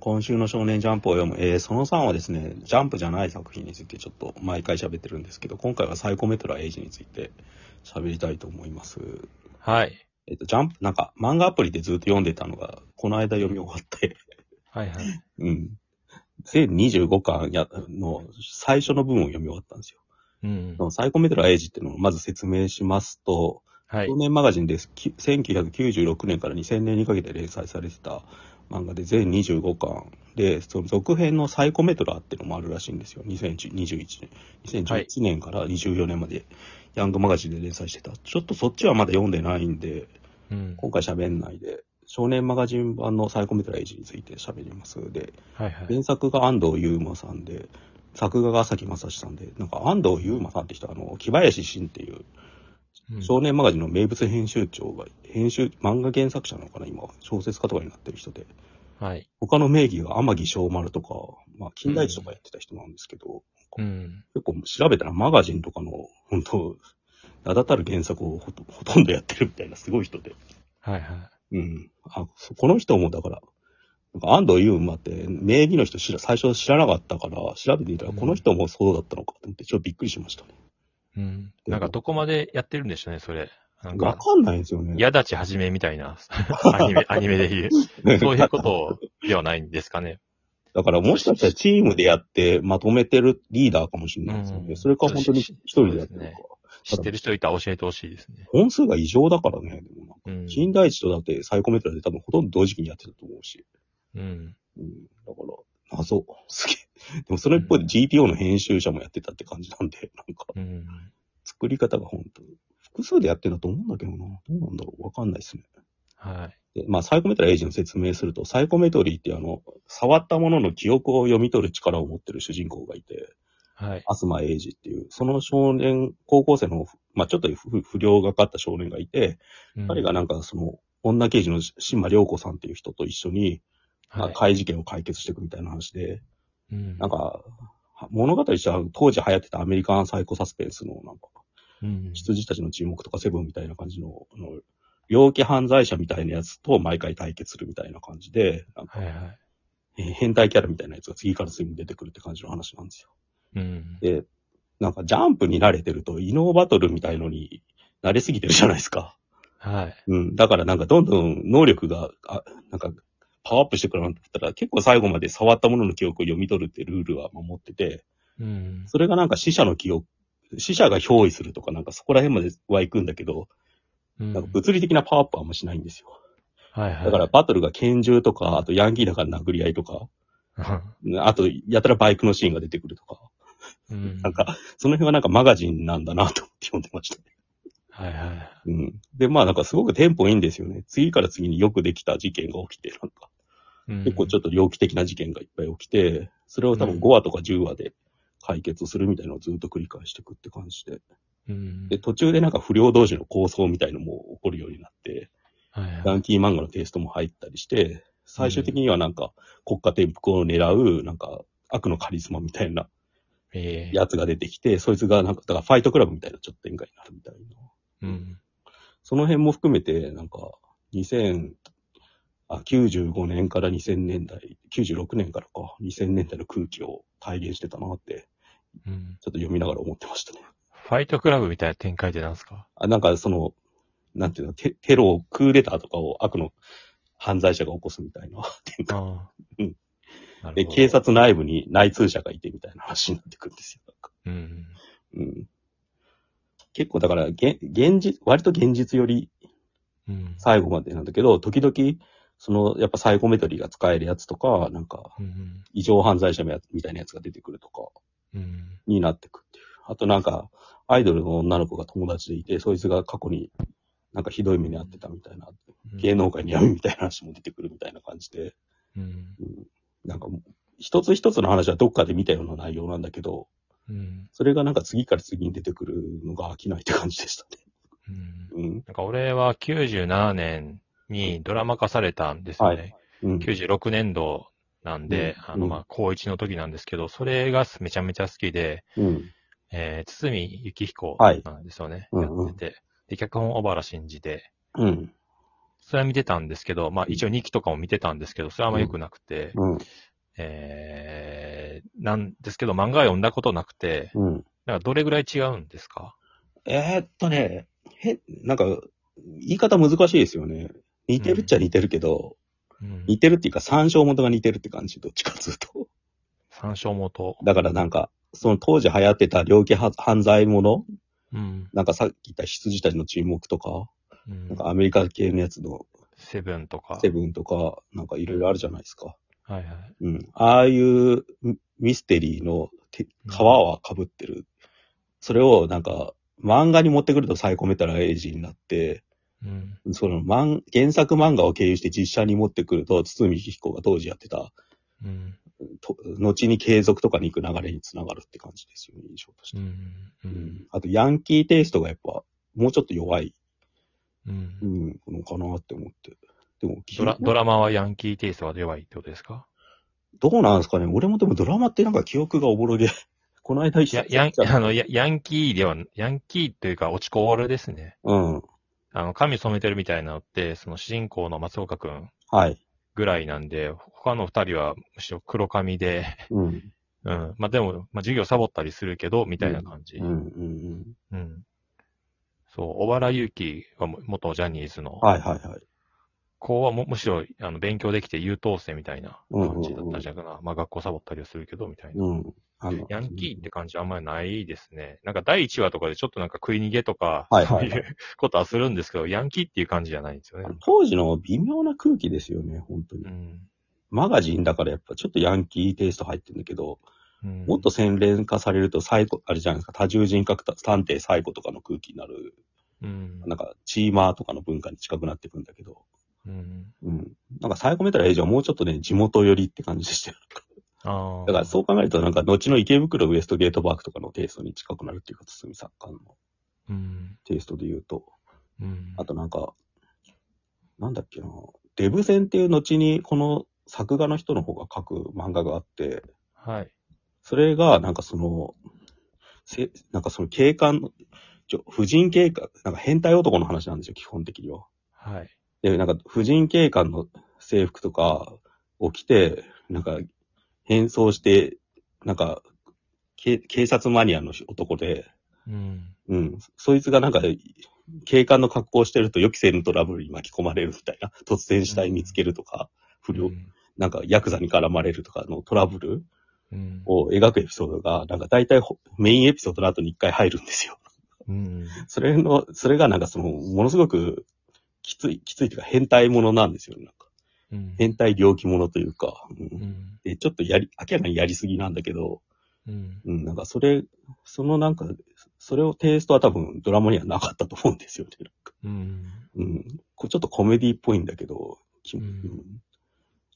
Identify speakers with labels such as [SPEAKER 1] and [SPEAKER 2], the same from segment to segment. [SPEAKER 1] 今週の少年ジャンプを読む、えーその3はですね、ジャンプじゃない作品についてちょっと毎回喋ってるんですけど、今回はサイコメトラエイジについて喋りたいと思います。
[SPEAKER 2] はい。
[SPEAKER 1] えっ、と、ジャンプ、なんか漫画アプリでずっと読んでたのが、この間読み終わって、
[SPEAKER 2] はいはい。
[SPEAKER 1] うん。全25巻やの最初の部分を読み終わったんですよ。
[SPEAKER 2] うん。
[SPEAKER 1] のサイコメトラエイジっていうのをまず説明しますと、
[SPEAKER 2] はい
[SPEAKER 1] 少。年マガジンです。き1996年から2000年にかけて連載されてた漫画で全25巻。で、その続編のサイコメトラっていうのもあるらしいんですよ。2021年。
[SPEAKER 2] はい
[SPEAKER 1] 2011年から24年までヤングマガジンで連載してた。ちょっとそっちはまだ読んでないんで、
[SPEAKER 2] うん。
[SPEAKER 1] 今回喋んないで、少年マガジン版のサイコメトラエイジについて喋ります。で、
[SPEAKER 2] はいはい。
[SPEAKER 1] 原作が安藤優馬さんで、作画が朝木正史さんで、なんか安藤優馬さんって人は、あの、木林慎っていう
[SPEAKER 2] うん
[SPEAKER 1] 少年マガジンの名物編集長が、編集、漫画原作者なのかな、今は、小説家とかになってる人で、
[SPEAKER 2] はい。
[SPEAKER 1] 他の名義が天城小丸とか、まあ、金田一とかやってた人なんですけど、
[SPEAKER 2] うん。
[SPEAKER 1] 結構調べたらマガジンとかの、本当名だたる原作をほとほとんどやってるみたいな、すごい人で。
[SPEAKER 2] はいは
[SPEAKER 1] うん。あ、そこの人もだから、なんか安藤優馬って名義の人知ら、最初知らなかったから、調べてみたら、
[SPEAKER 2] うん
[SPEAKER 1] この人もそうだったのかと思って、ちょっとびっくりしましたね。
[SPEAKER 2] い。うん。なんかどこまでやってるんでしょうね、それ。なん
[SPEAKER 1] わ
[SPEAKER 2] か、
[SPEAKER 1] かんないんですよね。
[SPEAKER 2] 矢立はじめみたいな、 アニメ、アニメ で言う。そういうことではないんですかね。
[SPEAKER 1] だからもしかしたらチームでやってまとめてるリーダーかもしれないですよね。
[SPEAKER 2] うん
[SPEAKER 1] それか本当に一人でやってる
[SPEAKER 2] そう
[SPEAKER 1] の
[SPEAKER 2] で
[SPEAKER 1] か
[SPEAKER 2] す。知ってる人いたら教えてほしいですね。
[SPEAKER 1] 本数が異常だからね。でもなんか
[SPEAKER 2] うん。
[SPEAKER 1] 金田一とだってサイコメトラで多分ほとんど同時期にやってたと思うし。
[SPEAKER 2] うん。
[SPEAKER 1] うん、だから、謎。すげえ。でもその一方で GTO の編集者もやってたって感じなんで、なんか
[SPEAKER 2] うん。
[SPEAKER 1] 作り方が本当複数でやってたと思うんだけどな。どうなんだろうわかんないですね。
[SPEAKER 2] は
[SPEAKER 1] でまあ、サイコメトリーエイジの説明すると、サイコメトリーってあの、触ったものの記憶を読み取る力を持ってる主人公がいて、
[SPEAKER 2] い。はい。
[SPEAKER 1] アスマエイジっていう、その少年、高校生の、まあ、ちょっと不不良がかった少年がいて、
[SPEAKER 2] うん
[SPEAKER 1] 彼が、なんかその、女刑事の新馬良子さんっていう人と一緒に、まあ
[SPEAKER 2] はい。
[SPEAKER 1] 怪事件を解決していくみたいな話で、
[SPEAKER 2] うん
[SPEAKER 1] なん、か、は物語としては当時流行ってたアメリカンサイコサスペンスの、なんか、
[SPEAKER 2] うん。
[SPEAKER 1] 羊たちの注目とかセブンみたいな感じの、あの猟奇犯罪者みたいなやつと毎回対決するみたいな感じで、なんか
[SPEAKER 2] はいはい。
[SPEAKER 1] えー変態キャラみたいなやつが次から次に出てくるって感じの話なんですよ。
[SPEAKER 2] うん。
[SPEAKER 1] で、なんかジャンプに慣れてると、異能バトルみたいのに慣れすぎてるじゃないですか。
[SPEAKER 2] はい。
[SPEAKER 1] うん。だからなんかどんどん能力が、あなんか、パワーアップしてくるなって言ったら、結構最後まで触ったものの記憶を読み取るってルールは守ってて、
[SPEAKER 2] うん。
[SPEAKER 1] それがなんか死者の記憶、死者が憑依するとかなんかそこら辺までは行くんだけど、
[SPEAKER 2] うん
[SPEAKER 1] なんか物理的なパワーアップはあんましないんですよ。
[SPEAKER 2] はいはい。
[SPEAKER 1] だから、バトルが拳銃とか、あとヤンキーだから殴り合いとか、あとやたらバイクのシーンが出てくるとか、
[SPEAKER 2] うん。
[SPEAKER 1] なんか、その辺はなんかマガジンなんだなと思って読んでました。
[SPEAKER 2] はいはい。
[SPEAKER 1] うん。で、まあなんかすごくテンポいいんですよね。次から次によくできた事件が起きて、なんか、結構ちょ
[SPEAKER 2] っ
[SPEAKER 1] っと猟奇的な事件がいっぱい起きて、それを多
[SPEAKER 2] う
[SPEAKER 1] 分
[SPEAKER 2] ん
[SPEAKER 1] 5話とか10話で解決するみたいなのをずっと繰り返していくって感じで。
[SPEAKER 2] と、うん
[SPEAKER 1] で、途中でなんか不良同士の抗争みたいのも起こるようになって、
[SPEAKER 2] はい
[SPEAKER 1] ヤ
[SPEAKER 2] はい
[SPEAKER 1] ンキー漫画のテイストも入ったりして、最終的にはなんか国家転覆を狙う、なんか悪のカリスマみたいな
[SPEAKER 2] ええ
[SPEAKER 1] やつが出てきて、そいつがなんか、だからファイトクラブみたいなちょっと展開になるみたいな。
[SPEAKER 2] うん。
[SPEAKER 1] その辺も含めて、なんか、2000、あ、95年から2000年代、96年からか、2000年代の空気を体現してたなって、
[SPEAKER 2] うん
[SPEAKER 1] ちょっと読みながら思ってましたね。
[SPEAKER 2] ファイトクラブみたいな展開ってなんですか
[SPEAKER 1] あなんか、その、なんていうの、テテロを、クーデターとかを悪の犯罪者が起こすみたいな展開。
[SPEAKER 2] ああ
[SPEAKER 1] うん。
[SPEAKER 2] なる
[SPEAKER 1] で、
[SPEAKER 2] ほど
[SPEAKER 1] 警。察内部に内通者がいてみたいな話になってくるんですよ。
[SPEAKER 2] うん。
[SPEAKER 1] なんかうん、結構だから、げ現実、割と現実より
[SPEAKER 2] うん。
[SPEAKER 1] 最後までなんだけど、時々、その、やっぱサイコメトリーが使えるやつとか、なんか、
[SPEAKER 2] うん。
[SPEAKER 1] 異常犯罪者のやつみたいなやつが出てくるとか、
[SPEAKER 2] うん。
[SPEAKER 1] になってくっていう。あとなんか、アイドルの女の子が友達でいて、そいつが過去になんかひどい目に遭ってたみたいな、芸能界に闇みたいな話も出てくるみたいな感じで、
[SPEAKER 2] うん。
[SPEAKER 1] なんかもう、一つ一つの話はどっかで見たような内容なんだけど、
[SPEAKER 2] うん。
[SPEAKER 1] それがなんか次から次に出てくるのが飽きないって感じでしたね。
[SPEAKER 2] うん。
[SPEAKER 1] うん。
[SPEAKER 2] なんか俺は97年にドラマ化されたんですよ
[SPEAKER 1] は
[SPEAKER 2] ね。
[SPEAKER 1] うん。
[SPEAKER 2] 96年度なんで、
[SPEAKER 1] うん
[SPEAKER 2] あの、まあ、高1の時なんですけど、それがめちゃめちゃ好きで、
[SPEAKER 1] うん。
[SPEAKER 2] えー、堤幸彦
[SPEAKER 1] はい
[SPEAKER 2] なんですよね。
[SPEAKER 1] うんうん
[SPEAKER 2] やってて。で、脚本小原慎二で、
[SPEAKER 1] うん。
[SPEAKER 2] それは見てたんですけど、まあ一応2期とかも見てたんですけど、それはあんま良くなくて、
[SPEAKER 1] うん。
[SPEAKER 2] えー、なんですけど、漫画は読んだことなくて、
[SPEAKER 1] うん。
[SPEAKER 2] なんかどれぐらい違うんですか
[SPEAKER 1] えーっとね、へ、なんか、言い方難しいですよね。似てるっちゃ似てるけど、
[SPEAKER 2] うん。
[SPEAKER 1] 似てるっていうか参照元が似てるって感じ、どっちかっつうと。
[SPEAKER 2] 参照元。
[SPEAKER 1] だからなんか、その当時流行ってた猟奇は犯罪もの
[SPEAKER 2] うん。
[SPEAKER 1] なんかさっき言った羊たちの沈黙とか、
[SPEAKER 2] うん
[SPEAKER 1] なんかアメリカ系のやつの
[SPEAKER 2] セブンとか。
[SPEAKER 1] セブンとか、なんかいろいろあるじゃないですか。
[SPEAKER 2] はいはい。
[SPEAKER 1] うん。ああいうミミステリーのて皮は被ってる。それをなんか漫画に持ってくるとサイコメタルエイジになって、
[SPEAKER 2] うん。
[SPEAKER 1] その漫原作漫画を経由して実写に持ってくると、堤彦が当時やってた、
[SPEAKER 2] うん。
[SPEAKER 1] と後に継続とかに行く流れにつながるって感じですよね、印象として。
[SPEAKER 2] うん。う。
[SPEAKER 1] うんんあと、ヤンキーテイストがやっぱ、もうちょっと弱い、
[SPEAKER 2] うん
[SPEAKER 1] う。ん、のかなって思って。でも、
[SPEAKER 2] ドラ、ドラマはヤンキーテイストが弱いってことですか
[SPEAKER 1] どうなんですかね俺もでもドラマってなんか記憶がおぼろげ。 この間一緒
[SPEAKER 2] や
[SPEAKER 1] に、
[SPEAKER 2] ヤン、
[SPEAKER 1] う
[SPEAKER 2] あの、やヤンキーでは、ヤンキーというか落ちこぼれですね。
[SPEAKER 1] ん。
[SPEAKER 2] あの、髪染めてるみたいなのって、その主人公の松岡くん
[SPEAKER 1] はい。
[SPEAKER 2] ぐらいなんで、他の二人はむしろ黒髪で、
[SPEAKER 1] うん。
[SPEAKER 2] うん。まあ、でも、まあ、授業サボったりするけど、みたいな感じ。
[SPEAKER 1] うん、うん、うん。
[SPEAKER 2] うんそう、小原祐希はも元ジャニーズの
[SPEAKER 1] はい、はい、はい。
[SPEAKER 2] 子はもむしろあの勉強できて優等生みたいな感じだったんじゃないかな。まあ学校サボったりはするけど、みたいな。
[SPEAKER 1] うん。あの
[SPEAKER 2] ヤンキーって感じあんまりないですね。なんか第1話とかでちょっとなんか食い逃げとか、
[SPEAKER 1] はいはいはい
[SPEAKER 2] そういうことはするんですけど、ヤンキーっていう感じじゃないんですよね。
[SPEAKER 1] 当時の微妙な空気ですよね、本当に
[SPEAKER 2] う。ん。
[SPEAKER 1] マガジンだからやっぱちょっとヤンキーテイスト入ってるんだけど、
[SPEAKER 2] うん
[SPEAKER 1] もっと、洗練化されるとサイコ、あれじゃないですか、多重人格探偵サイコとかの空気になる、
[SPEAKER 2] うん。
[SPEAKER 1] なんかチーマーとかの文化に近くなってくんだけど、
[SPEAKER 2] うん。
[SPEAKER 1] うん。なんかサイコメタルエイジはもうちょっとね、地元寄りって感じでしたよ。
[SPEAKER 2] ああ。
[SPEAKER 1] だからそう考えるとなんか後の池袋ウエストゲートパークとかのテイストに近くなるっていうか、堤作家の
[SPEAKER 2] う。うん。
[SPEAKER 1] テイストで言うと、
[SPEAKER 2] うん。
[SPEAKER 1] あとなんか、なんだっけな、デブ戦っていう後にこの作画の人の方が書く漫画があって、
[SPEAKER 2] はい。
[SPEAKER 1] それが、なんかその、せなんかその警官、ちょ婦人警官、なんか変態男の話なんですよ、基本的には。
[SPEAKER 2] はい。
[SPEAKER 1] で、なんか婦人警官の制服とかを着て、なんか変装して、なんか、け警察マニアの男で、
[SPEAKER 2] うん。
[SPEAKER 1] うん、そいつがなんか、警官の格好をしてると予期せぬトラブルに巻き込まれるみたいな、突然死体見つけるとか、不良、なんかヤクザに絡まれるとかのトラブル
[SPEAKER 2] うん。
[SPEAKER 1] を描くエピソードが、なんか大体ほメインエピソードの後に一回入るんですよ。
[SPEAKER 2] うん。
[SPEAKER 1] それの、それがなんかその、ものすごくきつい、きついというか変態ものなんですよね。なんか
[SPEAKER 2] うん。
[SPEAKER 1] 変態猟奇ものというか、うん
[SPEAKER 2] うん。
[SPEAKER 1] で、ちょっとやり、明らかにやりすぎなんだけど、
[SPEAKER 2] うん。
[SPEAKER 1] うん、なんかそれ、そのなんか、それをテイストは多分ドラマにはなかったと思うんですよね。なんか
[SPEAKER 2] うん。
[SPEAKER 1] うん。こうちょっとコメディっぽいんだけど、き
[SPEAKER 2] うん
[SPEAKER 1] うん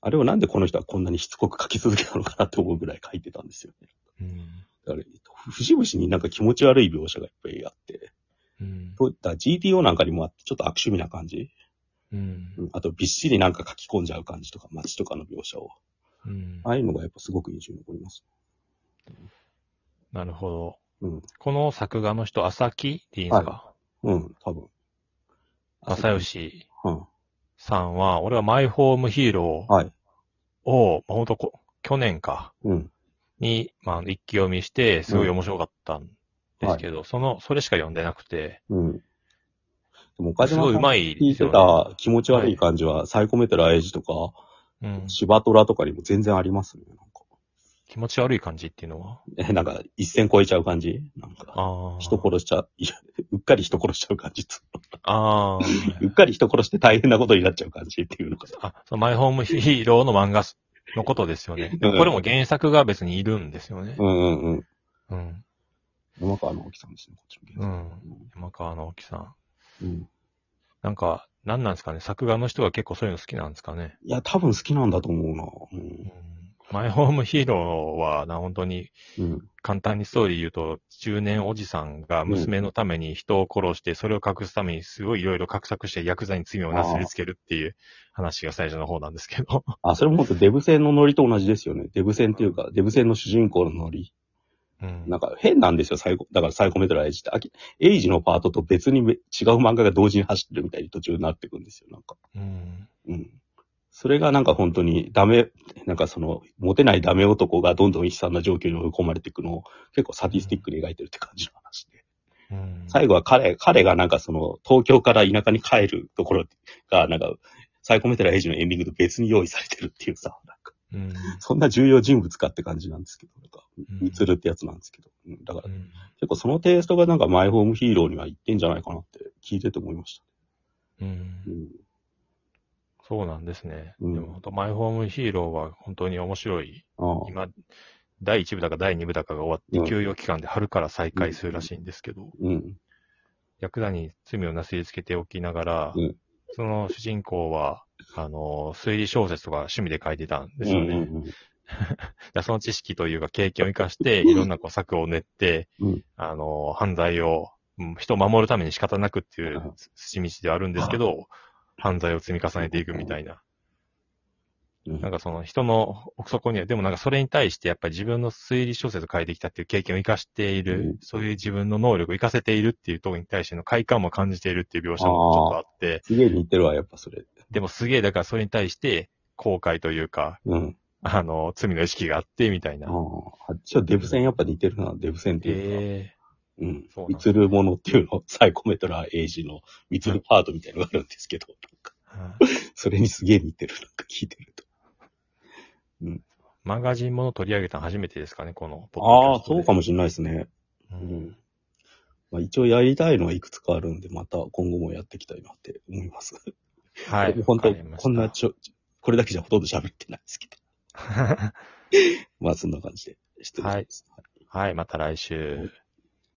[SPEAKER 1] あれをなんでこの人はこんなにしつこく書き続けたのかなって思うぐらい書いてたんですよね。
[SPEAKER 2] うん。
[SPEAKER 1] だから、節々になんか気持ち悪い描写がいっぱいあって、
[SPEAKER 2] うん。
[SPEAKER 1] そういった GTO なんかにもあって、ちょっと悪趣味な感じ、
[SPEAKER 2] うん
[SPEAKER 1] うんあとびっしりなんか書き込んじゃう感じとか、街とかの描写を。
[SPEAKER 2] うん
[SPEAKER 1] ああいうのがやっぱすごく印象に残ります。
[SPEAKER 2] なるほど。
[SPEAKER 1] うん。
[SPEAKER 2] この作画の人、浅木でいいんですか
[SPEAKER 1] うん、多分。
[SPEAKER 2] 浅。吉
[SPEAKER 1] うん。
[SPEAKER 2] さんは、俺はマイホームヒーロ
[SPEAKER 1] はい。
[SPEAKER 2] ーを、まあ、ほんとこ、去年か、
[SPEAKER 1] うん。
[SPEAKER 2] に、まあ、一気読みして、すごい面白かったんですけど、その、それしか読んでなくて、
[SPEAKER 1] うん。でも岡
[SPEAKER 2] す
[SPEAKER 1] 島
[SPEAKER 2] ごい
[SPEAKER 1] さん
[SPEAKER 2] 上手い
[SPEAKER 1] 聞
[SPEAKER 2] で
[SPEAKER 1] い
[SPEAKER 2] す
[SPEAKER 1] て
[SPEAKER 2] よね。
[SPEAKER 1] た気持ち悪い感じは、サイコメトラエイジとか、
[SPEAKER 2] うん、
[SPEAKER 1] 芝虎とかにも全然ありますね。なんか
[SPEAKER 2] 気持ち悪い感じっていうのは。
[SPEAKER 1] え、なんか一線超えちゃう感じなんか、
[SPEAKER 2] ああ。
[SPEAKER 1] 人殺しちゃ、いやうっかり人殺しちゃう感じっつうの
[SPEAKER 2] ああ。
[SPEAKER 1] うっかり人殺して大変なことになっちゃう感じっていうのか。
[SPEAKER 2] あ、そのマイホームヒーローの漫画のことですよね。でもこれも原作が別にいるんですよね
[SPEAKER 1] う。んうんうん。
[SPEAKER 2] うん。
[SPEAKER 1] 山川直樹さんですね、こっちの原
[SPEAKER 2] 山川直樹さん。
[SPEAKER 1] 作。うん。
[SPEAKER 2] なんか、何なんですかね作画の人が結構そういうの好きなんですかね、
[SPEAKER 1] いや、多分好きなんだと思うな。
[SPEAKER 2] マイホームヒーローはな、本当に
[SPEAKER 1] うん。うん。
[SPEAKER 2] 簡単にストーリー言うと、中年おじさんが
[SPEAKER 1] うん
[SPEAKER 2] 娘のために人を殺して、それを隠すためにすごいいろいろ画策して、ヤクザに罪をなすりつけるっていう話が最初の方なんですけど。
[SPEAKER 1] あ、それも本当デブ戦のノリと同じですよね。デブ戦っていうか、デブ戦の主人公のノリ。
[SPEAKER 2] うん。
[SPEAKER 1] なんか変なんですよ、サイコ、だからサイコメトラエイジって。あきエイジのパートと別にめ違う漫画が同時に走ってるみたいに途中になってくんですよ、なんか。
[SPEAKER 2] うん。
[SPEAKER 1] うん。それがなんか本当にダメ、なんかその、モテないダメ男がどんどん悲惨な状況に追い込まれていくのを結構サディスティックに描いてるって感じの話で。
[SPEAKER 2] うん。
[SPEAKER 1] 最後は彼、彼がなんかその、東京から田舎に帰るところが、なんか、サイコメトラエイジのエンディングと別に用意されてるっていうさ、なんか、
[SPEAKER 2] うん。
[SPEAKER 1] そんな重要人物かって感じなんですけど、なんか、
[SPEAKER 2] うん
[SPEAKER 1] ミツルってやつなんですけど。うんだから
[SPEAKER 2] う、ん。
[SPEAKER 1] 結構そのテイストがなんかマイホームヒーローにはいってんじゃないかなって聞いてて思いまし
[SPEAKER 2] うん
[SPEAKER 1] た。うん。
[SPEAKER 2] そうなんですね。
[SPEAKER 1] うん
[SPEAKER 2] でも本当、マイホームヒーローは本当に面白い。
[SPEAKER 1] ああ。
[SPEAKER 2] 今、第1部だか第2部だかが終わ
[SPEAKER 1] う
[SPEAKER 2] っ
[SPEAKER 1] ん
[SPEAKER 2] て、休養期間で春から再開するらしいんですけど、
[SPEAKER 1] うん。
[SPEAKER 2] ヤクザに罪をなすりつけておきながら、
[SPEAKER 1] うん
[SPEAKER 2] その主人公は、あの、推理小説とか趣味で書いてたんですよね。
[SPEAKER 1] うんうん
[SPEAKER 2] でその知識というか経験を生かして、いろんなこう策を練って、
[SPEAKER 1] うん
[SPEAKER 2] あの、犯罪を、うん人を守るために仕方なくっていう
[SPEAKER 1] うん
[SPEAKER 2] 道ではあるんですけど、犯罪を積み重ねていくみたいな。
[SPEAKER 1] うん
[SPEAKER 2] なんかその人の奥底には、でもなんかそれに対してやっぱり自分の推理小説を書いてきたっていう経験を生かしている、
[SPEAKER 1] うん
[SPEAKER 2] そういう自分の能力を生かせているっていうところに対しての快感も感じているっていう描写もちょっとあって、
[SPEAKER 1] すげえ似てるわ、やっぱそれ。
[SPEAKER 2] でもすげえだからそれに対して後悔というか、
[SPEAKER 1] うん。
[SPEAKER 2] あの、罪の意識があってみたいな
[SPEAKER 1] ああ。。あっちはデブ戦やっぱ似てるな、デブ戦っていうか。
[SPEAKER 2] ええ
[SPEAKER 1] うん
[SPEAKER 2] そう。なん
[SPEAKER 1] ミ
[SPEAKER 2] だ
[SPEAKER 1] ツルものっていうの、サイコメトラエイジのミツルパートみたいのがあるんですけど、なんか、
[SPEAKER 2] うん
[SPEAKER 1] それにすげえ似てる、なんか聞いてると。
[SPEAKER 2] マガジンもの取り上げたの初めてですかね、このポ
[SPEAKER 1] ああ、そうか
[SPEAKER 2] も。
[SPEAKER 1] もしれないですね。
[SPEAKER 2] う
[SPEAKER 1] うんん。まあ一応やりたいのはいくつかあるんで、また今後もやっていきたいなって思います。
[SPEAKER 2] はい。
[SPEAKER 1] 本当
[SPEAKER 2] わかりました
[SPEAKER 1] こんな ちょ、これだけじゃほとんど喋ってないですけど。まあそんな感じで。失礼します。
[SPEAKER 2] はい、また来週。